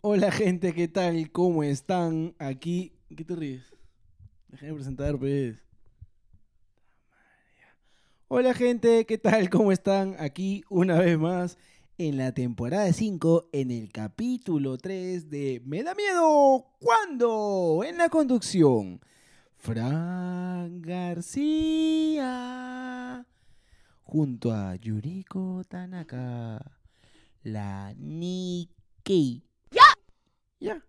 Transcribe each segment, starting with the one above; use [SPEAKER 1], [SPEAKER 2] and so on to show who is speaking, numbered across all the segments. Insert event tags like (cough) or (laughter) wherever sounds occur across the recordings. [SPEAKER 1] Hola gente, ¿qué tal? ¿Cómo están? Aquí... ¿Qué te ríes? Déjame presentar, pues. Hola gente, ¿qué tal? (laughs) ¿Cómo están? Aquí una vez más en la temporada 5, en el capítulo 3 de Me da miedo cuando en la conducción. Fran García junto a Yuriko Tanaka, la Nikki. ¡Ya! ¡Ya!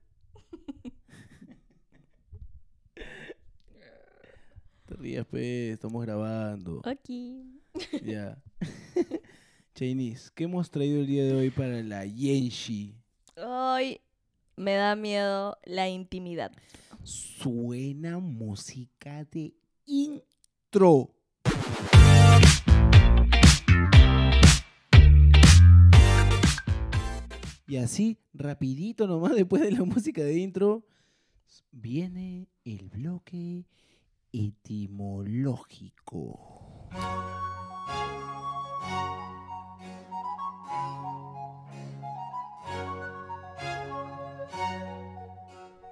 [SPEAKER 1] Te rías, pues, estamos grabando.
[SPEAKER 2] Aquí.
[SPEAKER 1] Ya. Chinese, ¿qué hemos traído el día de hoy para la Yenshi?
[SPEAKER 2] Hoy me da miedo la intimidad.
[SPEAKER 1] Suena música de intro. Y así, rapidito nomás, después de la música de intro, s- viene el bloque etimológico.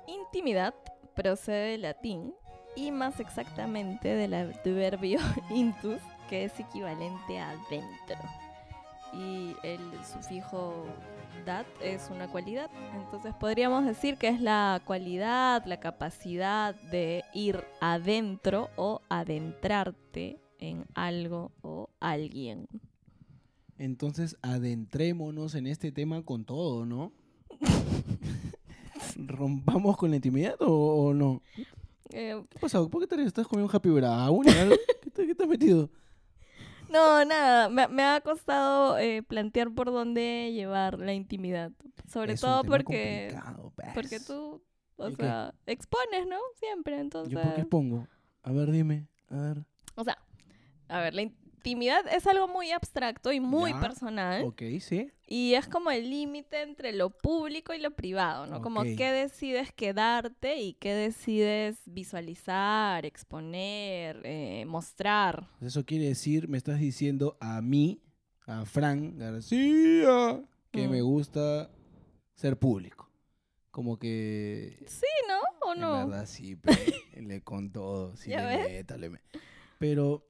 [SPEAKER 2] Intimidad procede del latín y más exactamente del adverbio (laughs) intus, que es equivalente a dentro. Y el sufijo dat es una cualidad. Entonces podríamos decir que es la cualidad, la capacidad de ir adentro o adentrarte en algo o alguien.
[SPEAKER 1] Entonces, adentrémonos en este tema con todo, ¿no? ¿Rompamos con la intimidad o, o no?
[SPEAKER 2] Eh,
[SPEAKER 1] ¿Qué ha pasado? ¿Por qué te ríes? estás comiendo un Happy Ah, Brown?
[SPEAKER 2] (laughs)
[SPEAKER 1] algo? ¿Qué te, qué te has metido?
[SPEAKER 2] No, nada, me, me ha costado eh, plantear por dónde llevar la intimidad. Sobre
[SPEAKER 1] Es un
[SPEAKER 2] todo
[SPEAKER 1] tema
[SPEAKER 2] porque,
[SPEAKER 1] complicado,
[SPEAKER 2] porque
[SPEAKER 1] pues.
[SPEAKER 2] tú, o
[SPEAKER 1] ¿El qué?
[SPEAKER 2] sea, expones, ¿no? Siempre,
[SPEAKER 1] ¿Yo
[SPEAKER 2] entonces...
[SPEAKER 1] por qué expongo? A ver, dime. A ver.
[SPEAKER 2] O sea, a ver, la intimidad es algo muy abstracto y muy
[SPEAKER 1] Ya,
[SPEAKER 2] personal.
[SPEAKER 1] Ok, sí.
[SPEAKER 2] Y es como el límite entre lo público y lo privado, ¿no? Como
[SPEAKER 1] Ok.
[SPEAKER 2] qué decides quedarte y qué decides visualizar, exponer, eh, mostrar.
[SPEAKER 1] Pues Eso quiere decir, me estás diciendo a mí, a Fran García, que
[SPEAKER 2] Mm.
[SPEAKER 1] me gusta ser público. Como que...
[SPEAKER 2] Sí, ¿no? ¿O
[SPEAKER 1] en
[SPEAKER 2] no?
[SPEAKER 1] verdad, sí, pe, le con
[SPEAKER 2] (laughs)
[SPEAKER 1] todo. Sí,
[SPEAKER 2] ¿Ya
[SPEAKER 1] le
[SPEAKER 2] ves?
[SPEAKER 1] meto, le me- Pero...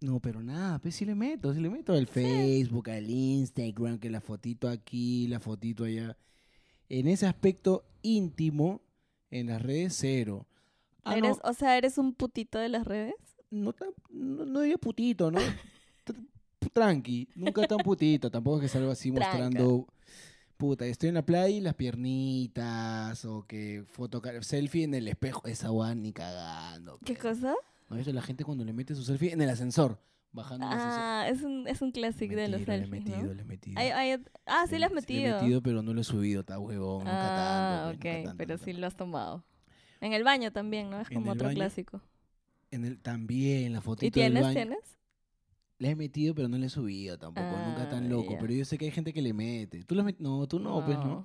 [SPEAKER 1] No, pero nada, pues sí le meto, sí le meto al Facebook, al Instagram, que la fotito aquí, la fotito allá. En ese aspecto íntimo, en las redes, cero. Ah, no,
[SPEAKER 2] Eres, O sea, eres un putito de las redes.
[SPEAKER 1] no tan, no, no diría putito, ¿no? Tr- Tranqui, nunca tan putito, tampoco es que salga así
[SPEAKER 2] Tranca.
[SPEAKER 1] mostrando, puta, estoy en la playa y las piernitas, o que foto, ca- selfie en el espejo, esa guada ni cagando.
[SPEAKER 2] ¿Qué
[SPEAKER 1] pe.
[SPEAKER 2] cosa?
[SPEAKER 1] ¿No viste la gente cuando le mete su selfie en el ascensor, bajando el ascensor?
[SPEAKER 2] Ah, es un, es un clásico de los
[SPEAKER 1] Mentira, le he
[SPEAKER 2] selfies,
[SPEAKER 1] metido,
[SPEAKER 2] ¿no?
[SPEAKER 1] le he metido.
[SPEAKER 2] Hay- hay ot- ah, sí
[SPEAKER 1] Le-
[SPEAKER 2] lo has
[SPEAKER 1] Le he
[SPEAKER 2] metido.
[SPEAKER 1] metido, pero no lo he subido, está huevón, nunca
[SPEAKER 2] ah,
[SPEAKER 1] tanto, pe, nunca
[SPEAKER 2] ok,
[SPEAKER 1] tanto,
[SPEAKER 2] pero
[SPEAKER 1] nunca
[SPEAKER 2] sí lo has tomado. En el baño también, ¿no? Es
[SPEAKER 1] En
[SPEAKER 2] como
[SPEAKER 1] el
[SPEAKER 2] otro
[SPEAKER 1] baño,
[SPEAKER 2] clásico.
[SPEAKER 1] En el, también la fotito
[SPEAKER 2] ¿Y
[SPEAKER 1] del
[SPEAKER 2] tienes,
[SPEAKER 1] baño.
[SPEAKER 2] tienes?
[SPEAKER 1] Le he metido, pero no le he subido tampoco, nunca tan
[SPEAKER 2] Ah,
[SPEAKER 1] loco.
[SPEAKER 2] ya.
[SPEAKER 1] Pero yo sé que hay gente que le mete. Tú le met- No, tú no, pues no.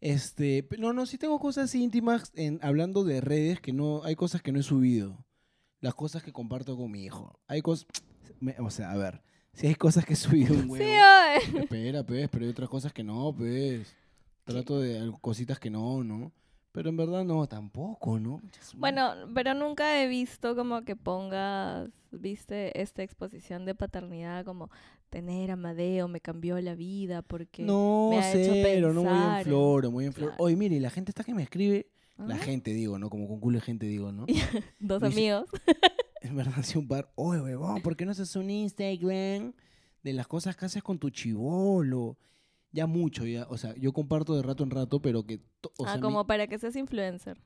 [SPEAKER 1] Este, pe- no, no, sí tengo cosas íntimas en, hablando de redes que no, hay cosas que no he subido. Las cosas que comparto con mi hijo. Hay cosas, me- o sea, a ver, si hay cosas que he subido un
[SPEAKER 2] (laughs) Sí,
[SPEAKER 1] huevo.
[SPEAKER 2] oye.
[SPEAKER 1] Espera, pues, pero hay otras cosas que no, pues. Trato de al- cositas que no, ¿no? Pero en verdad no, tampoco, ¿no? Muchas-
[SPEAKER 2] Bueno, pero nunca he visto como que pongas, viste, esta exposición de paternidad como tener a Madeo me cambió la vida porque...
[SPEAKER 1] No,
[SPEAKER 2] me ha hecho
[SPEAKER 1] cero, no muy en
[SPEAKER 2] pensar en-
[SPEAKER 1] flor, muy en flor.
[SPEAKER 2] Claro.
[SPEAKER 1] Oye, mire, la gente está que me escribe La Pues
[SPEAKER 2] Ah,
[SPEAKER 1] gente, digo, ¿no? Como con culo de gente, digo,
[SPEAKER 2] (laughs)
[SPEAKER 1] ¿no?
[SPEAKER 2] Dos
[SPEAKER 1] ni si-
[SPEAKER 2] amigos.
[SPEAKER 1] En verdad, sí, un par. Oye, huevón, ¿por qué no haces un Instagram de las cosas que haces con tu chivolo? Ya mucho, ya. O sea, yo comparto de rato en rato, pero que. to- O,
[SPEAKER 2] ah,
[SPEAKER 1] sea, mi-
[SPEAKER 2] como para que seas influencer.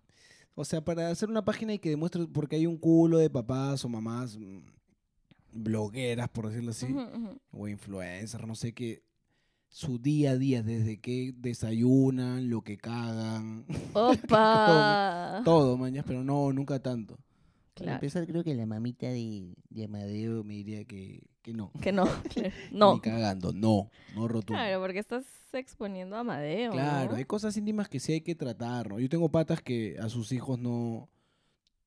[SPEAKER 1] o sea, para hacer una página y que demuestre porque hay un culo de papás o mamás mm, blogueras, por decirlo así,
[SPEAKER 2] Ujú,
[SPEAKER 1] (laughs)
[SPEAKER 2] ujú.
[SPEAKER 1] o influencers, no sé qué. Su día a día, desde que desayunan, lo que cagan, (laughs)
[SPEAKER 2] Opa.
[SPEAKER 1] todo, mañas, pero no, nunca tanto. Para
[SPEAKER 2] Claro.
[SPEAKER 1] empezar, creo que la mamita de, de Amadeo me diría que, que no.
[SPEAKER 2] Que no,
[SPEAKER 1] (laughs)
[SPEAKER 2] (laughs) claro. no.
[SPEAKER 1] Ni cagando, no, no rotundo.
[SPEAKER 2] Claro, porque estás exponiendo a Amadeo. ¿no?
[SPEAKER 1] Claro, hay cosas íntimas que sí hay que tratar, ¿no? Yo tengo patas que a sus hijos no...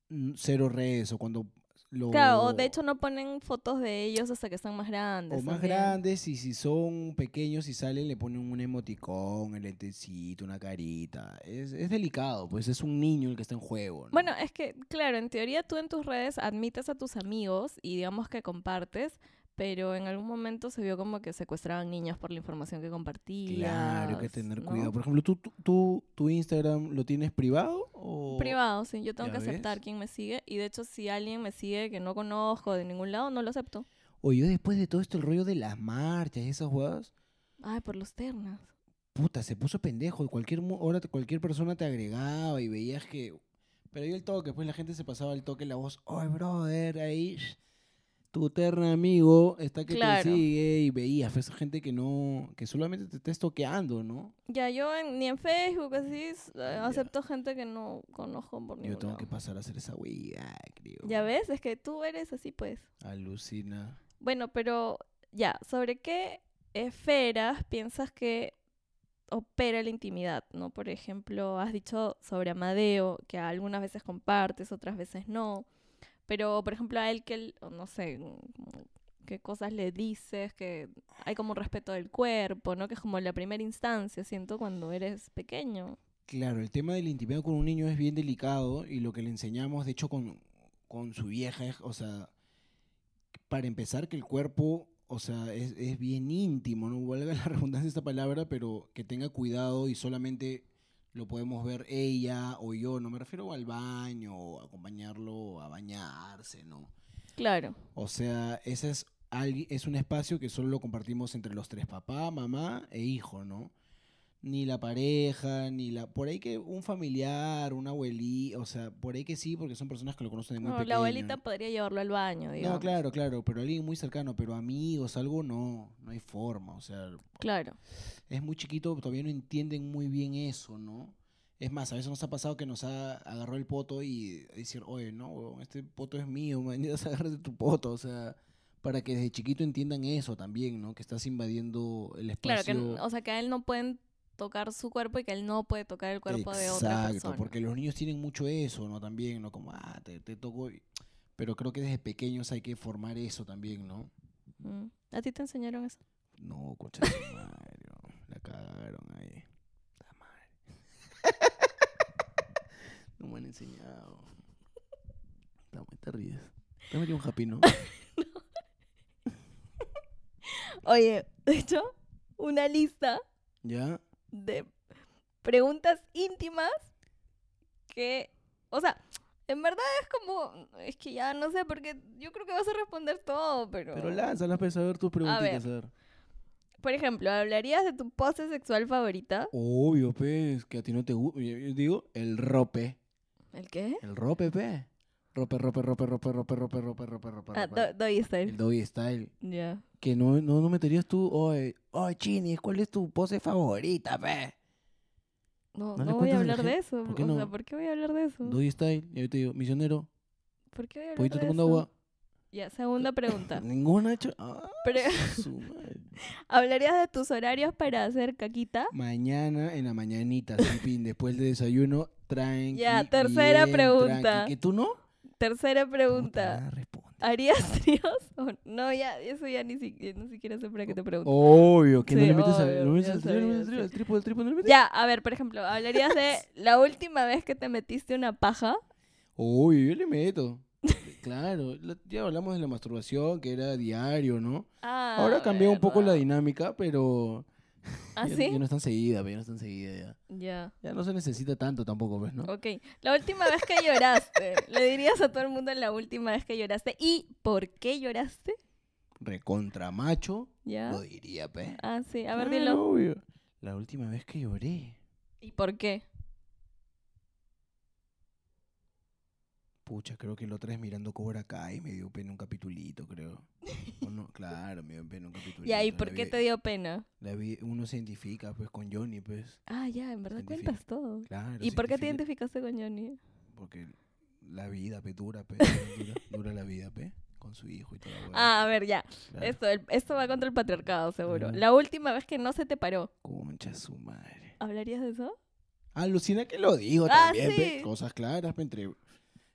[SPEAKER 1] mm, Cero redes, o cuando lo-
[SPEAKER 2] Claro, o de hecho no ponen fotos de ellos hasta que están más grandes.
[SPEAKER 1] O más
[SPEAKER 2] también.
[SPEAKER 1] grandes, y si son pequeños y salen, le ponen un emoticón, el lentecito, una carita. Es, es delicado, pues es un niño el que está en juego. ¿no?
[SPEAKER 2] Bueno, es que, claro, en teoría tú en tus redes admites a tus amigos y digamos que compartes, pero en algún momento se vio como que secuestraban niños por la información que compartías.
[SPEAKER 1] Claro, hay que tener
[SPEAKER 2] ¿no?
[SPEAKER 1] cuidado. Por ejemplo, ¿tú, tú, tú- tu Instagram lo tienes privado o...?
[SPEAKER 2] Privado, sí, yo tengo
[SPEAKER 1] ¿Ya
[SPEAKER 2] que aceptar
[SPEAKER 1] ves?
[SPEAKER 2] quién me sigue y de hecho si alguien me sigue que no conozco de ningún lado, no lo acepto.
[SPEAKER 1] O yo después de todo esto, el rollo de las marchas y esas jugadas,
[SPEAKER 2] Ay, por los ternas.
[SPEAKER 1] puta, se puso pendejo. Cualquier mu- hora, te- cualquier persona te agregaba y veías que... Pero yo el toque, pues la gente se pasaba el toque, la voz, ¡Ay, brother! Ahí, sh, tu terna amigo está que
[SPEAKER 2] Claro.
[SPEAKER 1] te sigue y veías. pues, Esa gente que no... que solamente te está estoqueando, ¿no?
[SPEAKER 2] Ya yo en- ni en Facebook así s- eh,
[SPEAKER 1] Ya.
[SPEAKER 2] acepto gente que no conozco por ningún
[SPEAKER 1] Yo tengo
[SPEAKER 2] lado.
[SPEAKER 1] que pasar a hacer esa huida, creo.
[SPEAKER 2] Ya ves, es que tú eres así pues.
[SPEAKER 1] Alucina.
[SPEAKER 2] Bueno, pero ya, ¿sobre qué esferas piensas que opera la intimidad? ¿No? Por ejemplo, has dicho sobre Amadeo, que algunas veces compartes, otras veces no. Pero, por ejemplo, a él que él- no sé, mm, qué cosas le dices, que hay como un respeto del cuerpo, ¿no? Que es como la primera instancia, siento, cuando eres pequeño.
[SPEAKER 1] Claro, el tema de la intimidad con un niño es bien delicado y lo que le enseñamos, de hecho, con, con su vieja, es, o sea, para empezar, que el cuerpo, o sea, es, es bien íntimo, no valga la (laughs) redundancia esta palabra, pero que tenga cuidado y solamente lo podemos ver ella o yo, no me refiero al baño, o acompañarlo a bañarse, ¿no?
[SPEAKER 2] Claro.
[SPEAKER 1] O sea, ese es, algu- es un espacio que solo lo compartimos entre los tres, papá, mamá e hijo, ¿no? Ni la pareja, ni la... Por ahí que un familiar, una abuelita, o sea, por ahí que sí, porque son personas que lo conocen de muy
[SPEAKER 2] No,
[SPEAKER 1] pequeño.
[SPEAKER 2] la abuelita podría llevarlo al baño, digamos.
[SPEAKER 1] No, claro, claro, pero alguien muy cercano, pero amigos, algo, no, no hay forma, o sea,
[SPEAKER 2] Claro.
[SPEAKER 1] es muy chiquito, todavía no entienden muy bien eso, ¿no? Es más, a veces nos ha pasado que nos ha agarró el poto y decir, oye, no, huevón, este poto es mío, (laughs) mañana agárrate tu poto, o sea, para que desde chiquito entiendan eso también, ¿no? Que estás invadiendo el
[SPEAKER 2] Claro,
[SPEAKER 1] espacio.
[SPEAKER 2] que, n- o sea, que a él no pueden tocar su cuerpo y que él no puede tocar el cuerpo de otra persona.
[SPEAKER 1] porque los niños tienen mucho eso, ¿no? También, ¿no? Como, ah, te, te toco. y- Pero creo que desde pequeños hay que formar eso también, ¿no?
[SPEAKER 2] Mm. ¿A ti te enseñaron eso?
[SPEAKER 1] No, concha de su madre, no. La cagaron ahí. La madre. (laughs) No me han enseñado. No, me te ríes. Te metí un happy, ¿no? (laughs)
[SPEAKER 2] Oye, de hecho, una lista
[SPEAKER 1] ¿Ya?
[SPEAKER 2] de preguntas íntimas que, o sea, en verdad es como, es que ya no sé, porque yo creo que vas a responder todo, pero...
[SPEAKER 1] Pero lánzalas para saber tus preguntitas, a ver.
[SPEAKER 2] Por ejemplo, ¿hablarías de tu pose sexual favorita?
[SPEAKER 1] Obvio, pez, que a ti no te gusta. Yo, yo digo, el rope.
[SPEAKER 2] ¿El qué?
[SPEAKER 1] El rope, pe. Rope, rope, rope, rope, rope, rope, rope, rope, rope.
[SPEAKER 2] Ah,
[SPEAKER 1] rope.
[SPEAKER 2] do- doy
[SPEAKER 1] El
[SPEAKER 2] style.
[SPEAKER 1] doggy style.
[SPEAKER 2] Ya.
[SPEAKER 1] Que no, no, no meterías tú, oye, oye, Chini, ¿cuál es tu pose favorita, pe?
[SPEAKER 2] No,
[SPEAKER 1] ¿No
[SPEAKER 2] no,
[SPEAKER 1] le
[SPEAKER 2] voy
[SPEAKER 1] cuentas
[SPEAKER 2] a
[SPEAKER 1] a la
[SPEAKER 2] hablar de
[SPEAKER 1] gente?
[SPEAKER 2] eso.
[SPEAKER 1] ¿Por qué
[SPEAKER 2] o
[SPEAKER 1] no?
[SPEAKER 2] sea, ¿por qué voy a hablar de eso?
[SPEAKER 1] Doggy style. Y ahorita digo, misionero,
[SPEAKER 2] ¿Por qué voy a hablar
[SPEAKER 1] ¿Pollito
[SPEAKER 2] de
[SPEAKER 1] tomando
[SPEAKER 2] eso?
[SPEAKER 1] agua? (laughs)
[SPEAKER 2] Ya, segunda pregunta.
[SPEAKER 1] Ninguna, cho- Ah,
[SPEAKER 2] Pre- (laughs)
[SPEAKER 1] su madre.
[SPEAKER 2] ¿Hablarías de tus horarios para hacer caquita?
[SPEAKER 1] Mañana en la mañanita, sin fin, después del desayuno, tranqui.
[SPEAKER 2] Ya, tercera
[SPEAKER 1] bien,
[SPEAKER 2] pregunta.
[SPEAKER 1] tranqui. ¿Que tú no?
[SPEAKER 2] Tercera
[SPEAKER 1] Puta,
[SPEAKER 2] pregunta.
[SPEAKER 1] nada responde.
[SPEAKER 2] ¿Harías (laughs) tríos? o no, ya, eso ya ni siquiera, ni siquiera sé para qué
[SPEAKER 1] (laughs)
[SPEAKER 2] te pregunto.
[SPEAKER 1] Obvio, que no
[SPEAKER 2] Sí,
[SPEAKER 1] le metes a...
[SPEAKER 2] obvio,
[SPEAKER 1] No le metes
[SPEAKER 2] ya
[SPEAKER 1] al trío, no le metes al
[SPEAKER 2] sabía,
[SPEAKER 1] trío, al tripo, al tripo, no le metes.
[SPEAKER 2] Ya, a ver, por ejemplo,
[SPEAKER 1] (laughs)
[SPEAKER 2] ¿hablarías de la última vez que te metiste una paja?
[SPEAKER 1] Obvio, yo le meto. Claro, la- ya hablamos de la masturbación, que era diario, ¿no?
[SPEAKER 2] Ah,
[SPEAKER 1] Ahora cambió un poco la
[SPEAKER 2] verdad.
[SPEAKER 1] dinámica, pero...
[SPEAKER 2] ¿Ah,
[SPEAKER 1] ya,
[SPEAKER 2] sí?
[SPEAKER 1] ya no están seguidas, ya no están seguidas ya.
[SPEAKER 2] Ya.
[SPEAKER 1] Ya no se necesita tanto tampoco, pues, (laughs) ¿no?
[SPEAKER 2] Ok. La última vez que lloraste. ¿Le dirías a todo el mundo la última vez que lloraste? ¿Y por qué lloraste?
[SPEAKER 1] Recontra macho,
[SPEAKER 2] Ya.
[SPEAKER 1] lo diría, pues. pe.
[SPEAKER 2] Ah, sí. A ver,
[SPEAKER 1] Claro,
[SPEAKER 2] dilo.
[SPEAKER 1] Eh, obvio. La última vez que lloré.
[SPEAKER 2] ¿Y por qué?
[SPEAKER 1] Pucha, creo que la otra vez mirando Cobra Kai me dio pena un capitulito, creo. O
[SPEAKER 2] (laughs)
[SPEAKER 1] no, claro, me dio pena un capitulito.
[SPEAKER 2] Ya, ¿y
[SPEAKER 1] la
[SPEAKER 2] por qué
[SPEAKER 1] vi-
[SPEAKER 2] te dio pena?
[SPEAKER 1] la vi- uno se identifica, pues, con Johnny, pues.
[SPEAKER 2] Ah, ya, en verdad
[SPEAKER 1] Científica.
[SPEAKER 2] cuentas todo.
[SPEAKER 1] Claro.
[SPEAKER 2] ¿Y
[SPEAKER 1] se
[SPEAKER 2] por qué te
[SPEAKER 1] identifica-
[SPEAKER 2] identificaste con Johnny?
[SPEAKER 1] Porque la vida, pe, dura, pe.
[SPEAKER 2] (laughs)
[SPEAKER 1] Dura, dura la vida, pe. Con su hijo y toda la huevada,
[SPEAKER 2] Ah, a ver, ya.
[SPEAKER 1] claro.
[SPEAKER 2] Esto, el- esto va contra el patriarcado, seguro.
[SPEAKER 1] Ajá.
[SPEAKER 2] La última vez que no se te paró,
[SPEAKER 1] Concha su madre.
[SPEAKER 2] ¿hablarías de eso?
[SPEAKER 1] Alucina que lo digo
[SPEAKER 2] Ah,
[SPEAKER 1] también, pe.
[SPEAKER 2] sí.
[SPEAKER 1] Cosas claras, pe, entre...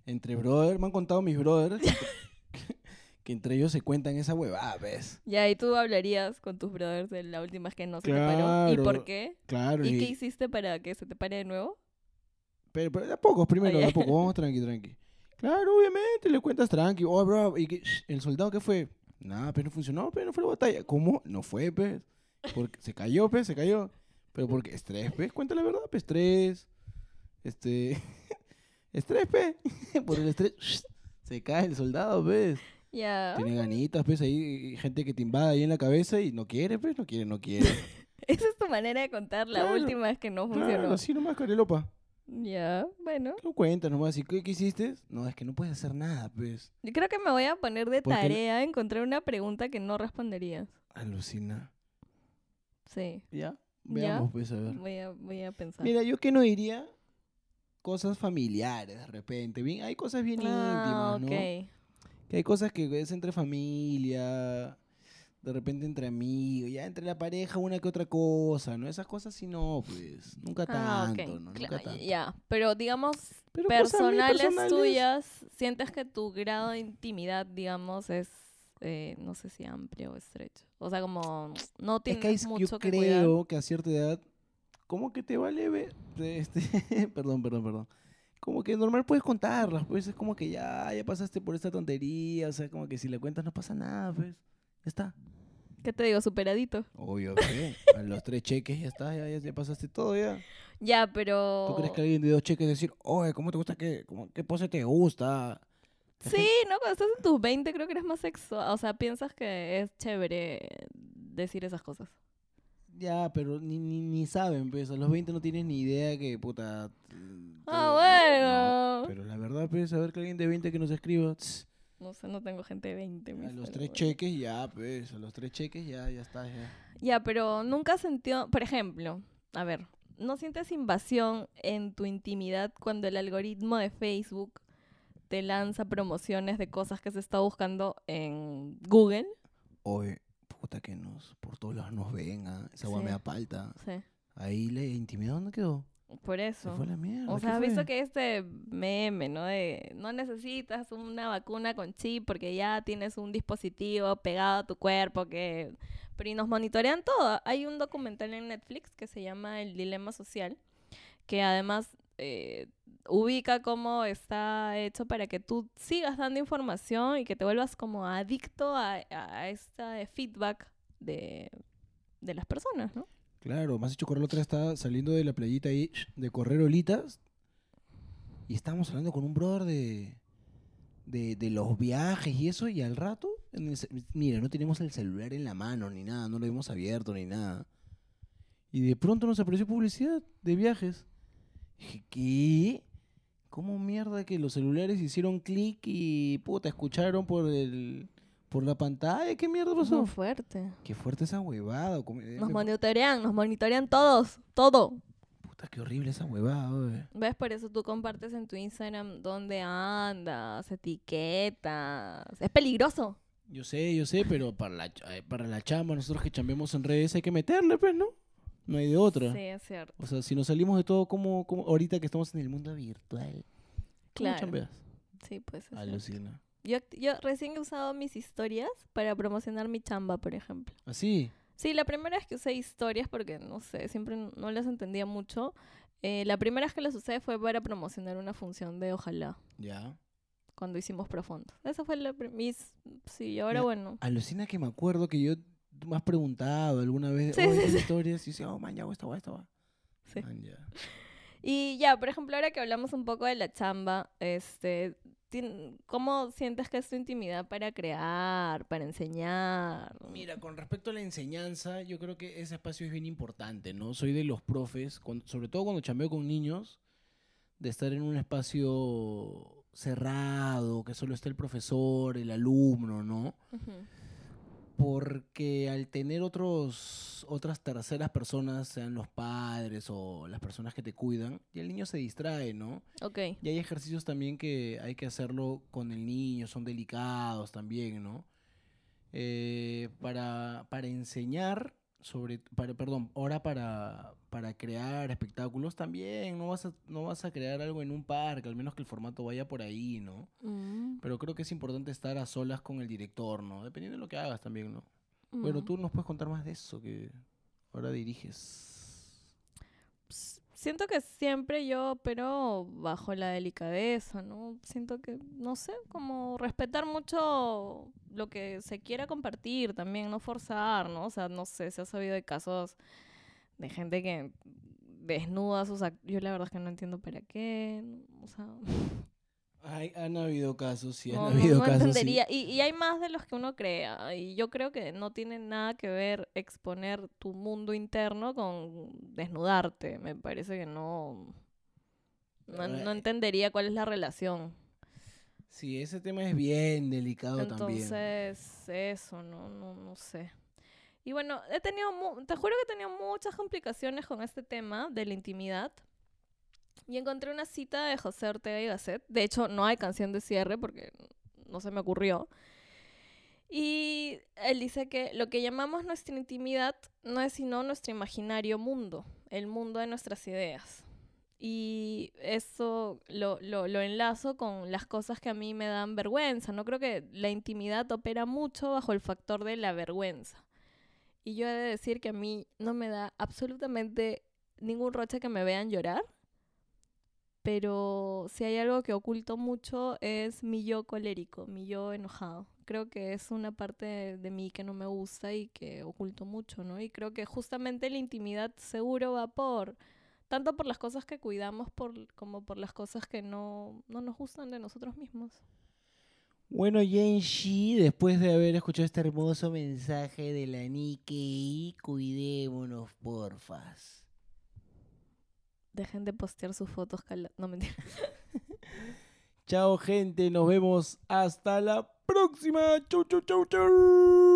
[SPEAKER 1] Entre brother, me han contado mis
[SPEAKER 2] (laughs)
[SPEAKER 1] brothers que, que entre ellos se cuentan esa huevada, ¿ves?
[SPEAKER 2] Ya, y tú hablarías con tus brothers de la última vez que no se te paró.
[SPEAKER 1] Claro.
[SPEAKER 2] ¿Y por qué?
[SPEAKER 1] Claro,
[SPEAKER 2] ¿Y
[SPEAKER 1] y-
[SPEAKER 2] qué hiciste para que se te pare de nuevo?
[SPEAKER 1] pero, pero de a pocos primero, de
[SPEAKER 2] Oye.
[SPEAKER 1] a pocos, vamos tranqui, tranqui. Claro, obviamente, le cuentas tranqui. Oh, bro, ¿y qué- sh, el soldado qué fue? Nada, pero no funcionó, pero no fue la batalla. ¿Cómo? No fue, pues. Porque se cayó, pues, se cayó. Pero porque estrés, pues, cuenta la verdad, pues, estrés. Este. (laughs) estrés, pues. (laughs) Por el estrés, sh, se cae el soldado, pues.
[SPEAKER 2] Ya.
[SPEAKER 1] Tiene ganitas, pues, ahí y gente que te invada ahí en la cabeza y no quiere, pues, no quiere, no quiere.
[SPEAKER 2] (laughs) Esa es tu manera de contar la
[SPEAKER 1] Claro.
[SPEAKER 2] última vez que (laughs) no
[SPEAKER 1] claro,
[SPEAKER 2] funcionó.
[SPEAKER 1] así nomás, Carelopa.
[SPEAKER 2] Ya, bueno.
[SPEAKER 1] No cuentas nomás, ¿y qué, qué hiciste? No, es que no puedes hacer nada, pues.
[SPEAKER 2] Yo creo que me voy a poner de
[SPEAKER 1] Porque el-
[SPEAKER 2] tarea encontrar una pregunta que no responderías.
[SPEAKER 1] Alucina.
[SPEAKER 2] Sí,
[SPEAKER 1] ¿Ya?
[SPEAKER 2] Ya.
[SPEAKER 1] Veamos, pues, a ver.
[SPEAKER 2] voy a, voy a pensar.
[SPEAKER 1] Mira, yo que no diría cosas familiares de repente. Bien, hay cosas bien
[SPEAKER 2] ah,
[SPEAKER 1] íntimas, ¿no?
[SPEAKER 2] ok.
[SPEAKER 1] Que hay cosas que es entre familia, de repente entre amigos, ya entre la pareja una que otra cosa, ¿no? Esas cosas sí no, pues, nunca
[SPEAKER 2] Ah,
[SPEAKER 1] tanto,
[SPEAKER 2] ok.
[SPEAKER 1] ¿no?
[SPEAKER 2] Claro,
[SPEAKER 1] Nunca tanto.
[SPEAKER 2] Ya, pero digamos,
[SPEAKER 1] Pero cosas bien
[SPEAKER 2] personales,
[SPEAKER 1] personales.
[SPEAKER 2] tuyas, sientes que tu grado de intimidad, digamos, es, eh, no sé si amplio o estrecho. O sea, como no
[SPEAKER 1] Es
[SPEAKER 2] tienes
[SPEAKER 1] que ahí sí que
[SPEAKER 2] mucho
[SPEAKER 1] yo
[SPEAKER 2] que, cuidar.
[SPEAKER 1] creo que a cierta edad, como que te vale ver, de este, (laughs) perdón, perdón, perdón. Como que normal puedes contarlas, pues es como que ya, ya pasaste por esta tontería, o sea, como que si la cuentas no pasa nada, pues. Ya está.
[SPEAKER 2] ¿Qué te digo? Superadito.
[SPEAKER 1] Obvio, (laughs) que a los tres cheques ya está, ya, ya, ya pasaste todo ya.
[SPEAKER 2] Ya, pero...
[SPEAKER 1] ¿Tú crees que alguien de dos cheques decir, oye, ¿cómo te gusta que, cómo- qué pose te gusta? La
[SPEAKER 2] Sí, ¿no? Cuando estás en tus 20 creo que eres más sexual. O sea, piensas que es chévere decir esas cosas.
[SPEAKER 1] Ya, pero ni, ni, ni saben, pues a los 20 no tienes ni idea que puta. t-
[SPEAKER 2] Ah,
[SPEAKER 1] no,
[SPEAKER 2] bueno.
[SPEAKER 1] pero la verdad, pues, a ver que alguien de 20 que nos escriba. tss,
[SPEAKER 2] No sé, no tengo gente de 20.
[SPEAKER 1] a
[SPEAKER 2] mis
[SPEAKER 1] los
[SPEAKER 2] pero
[SPEAKER 1] tres
[SPEAKER 2] bueno.
[SPEAKER 1] cheques, ya, pues, a los tres cheques, ya, ya está. Ya.
[SPEAKER 2] Ya, pero nunca sentió, por ejemplo, a ver, ¿no sientes invasión en tu intimidad cuando el algoritmo de Facebook te lanza promociones de cosas que se está buscando en Google?
[SPEAKER 1] Oye, puta que nos, por todos lados nos ven, ah, esa guamea
[SPEAKER 2] Sí.
[SPEAKER 1] me da palta.
[SPEAKER 2] Sí,
[SPEAKER 1] Ahí la intimidad, ¿dónde quedó?
[SPEAKER 2] por
[SPEAKER 1] Se
[SPEAKER 2] eso.
[SPEAKER 1] fue a la mierda.
[SPEAKER 2] O
[SPEAKER 1] ¿qué
[SPEAKER 2] sea, has visto
[SPEAKER 1] fue?
[SPEAKER 2] que este meme, ¿no? De no necesitas una vacuna con chip porque ya tienes un dispositivo pegado a tu cuerpo que... Pero y nos monitorean todo. Hay un documental en Netflix que se llama El Dilema Social, que además eh, ubica cómo está hecho para que tú sigas dando información y que te vuelvas como adicto a, a este feedback de, de las personas, ¿no?
[SPEAKER 1] Claro, más hecho correr la otra vez, estaba saliendo de la playita ahí de correr olitas. Y estábamos hablando con un brother de, de, de los viajes y eso. Y al rato, en el ce- mira, no tenemos el celular en la mano ni nada, no lo hemos abierto ni nada. Y de pronto nos apareció publicidad de viajes. Dije, ¿qué? ¿Cómo mierda que los celulares hicieron clic y puta, escucharon por el por la pantalla? ¿Qué mierda pasó?
[SPEAKER 2] Muy fuerte.
[SPEAKER 1] Qué fuerte esa huevada. como- eh,
[SPEAKER 2] Nos
[SPEAKER 1] me-
[SPEAKER 2] monitorean, nos monitorean todos, todo.
[SPEAKER 1] Puta, qué horrible esa huevada, oye.
[SPEAKER 2] ¿Ves? Por eso tú compartes en tu Instagram dónde andas, etiquetas. Es peligroso.
[SPEAKER 1] Yo sé, yo sé, pero para la, ch- eh, para la chamba, nosotros que chambemos en redes hay que meterle, pues, ¿no? No hay de otra.
[SPEAKER 2] Sí, es cierto.
[SPEAKER 1] O sea, si nos salimos de todo, como, como ahorita que estamos en el mundo virtual, ¿cómo
[SPEAKER 2] Claro.
[SPEAKER 1] chambeas?
[SPEAKER 2] Sí, pues. es cierto.
[SPEAKER 1] Alucina.
[SPEAKER 2] Yo, act- yo recién he usado mis historias para promocionar mi chamba, por ejemplo.
[SPEAKER 1] ¿Así?
[SPEAKER 2] Sí, la primera vez que usé historias, porque no sé, siempre n- no las entendía mucho. eh, la primera vez que las usé fue para promocionar una función de Ojalá,
[SPEAKER 1] ya.
[SPEAKER 2] cuando hicimos Profundo. Esa fue la prim- mis Sí, ahora
[SPEAKER 1] Ya.
[SPEAKER 2] bueno.
[SPEAKER 1] Alucina que me acuerdo que yo, tú me has preguntado alguna vez,
[SPEAKER 2] Sí,
[SPEAKER 1] oye,
[SPEAKER 2] sí,
[SPEAKER 1] ¿qué
[SPEAKER 2] sí.
[SPEAKER 1] historias, y dice, oh, man, ya, hago esta va, esta va.
[SPEAKER 2] Sí.
[SPEAKER 1] Man, ya.
[SPEAKER 2] Y ya, por ejemplo, ahora que hablamos un poco de la chamba, este, tien- ¿cómo sientes que es tu intimidad para crear, para enseñar?
[SPEAKER 1] Mira, con respecto a la enseñanza, yo creo que ese espacio es bien importante, ¿no? Soy de los profes, cuan- sobre todo cuando chambeo con niños, de estar en un espacio cerrado, que solo está el profesor, el alumno, ¿no?
[SPEAKER 2] Ujú.
[SPEAKER 1] Porque al tener otros, otras terceras personas, sean los padres o las personas que te cuidan, y el niño se distrae, ¿no?
[SPEAKER 2] Ok,
[SPEAKER 1] Y hay ejercicios también que hay que hacerlo con el niño, son delicados también, ¿no? Eh, para, para enseñar, sobre, para, perdón, ahora para, para crear espectáculos también. No vas, a, no vas a crear algo en un parque, al menos que el formato vaya por ahí, ¿no?
[SPEAKER 2] Mm,
[SPEAKER 1] Pero creo que es importante estar a solas con el director, ¿no? Dependiendo de lo que hagas también, ¿no? Bueno,
[SPEAKER 2] mm.
[SPEAKER 1] tú nos puedes contar más de eso, que ahora diriges.
[SPEAKER 2] Ps- Siento que siempre yo opero bajo la delicadeza, ¿no? Siento que, no sé, como respetar mucho lo que se quiera compartir también, no forzar, ¿no? O sea, no sé, se ha sabido de casos de gente que desnuda sus act- Yo la verdad es que no entiendo para qué, ¿no? o sea...
[SPEAKER 1] Ay, han habido casos, sí, han
[SPEAKER 2] No, no-
[SPEAKER 1] habido
[SPEAKER 2] no
[SPEAKER 1] casos. sí.
[SPEAKER 2] entendería. Y, y hay más de los que uno crea. Y yo creo que no tiene nada que ver exponer tu mundo interno con desnudarte. Me parece que no. No, no
[SPEAKER 1] Eh.
[SPEAKER 2] entendería cuál es la relación.
[SPEAKER 1] Sí, ese tema es bien delicado también.
[SPEAKER 2] Entonces, eso, no, no, no sé. Y bueno, he tenido, mu- te juro que he tenido muchas complicaciones con este tema de la intimidad. Y encontré una cita de José Ortega y Gasset. De hecho, no hay canción de cierre porque no se me ocurrió. Y él dice que lo que llamamos nuestra intimidad no es sino nuestro imaginario mundo, el mundo de nuestras ideas. Y eso lo, lo- lo enlazo con las cosas que a mí me dan vergüenza. No creo que la intimidad opera mucho bajo el factor de la vergüenza. Y yo he de decir que a mí no me da absolutamente ningún roche que me vean llorar. Pero si hay algo que oculto mucho es mi yo colérico, mi yo enojado. Creo que es una parte de, de mí que no me gusta y que oculto mucho, ¿no? Y creo que justamente la intimidad seguro va por, tanto por las cosas que cuidamos por, como por las cosas que no, no nos gustan de nosotros mismos.
[SPEAKER 1] Bueno, Yenshi, después de haber escuchado este hermoso mensaje de la Nikkei, cuidémonos, porfas.
[SPEAKER 2] Dejen de postear sus fotos, cala- no mentira.
[SPEAKER 1] Chao, gente, nos vemos hasta la próxima. Chau, chau, chau, chau.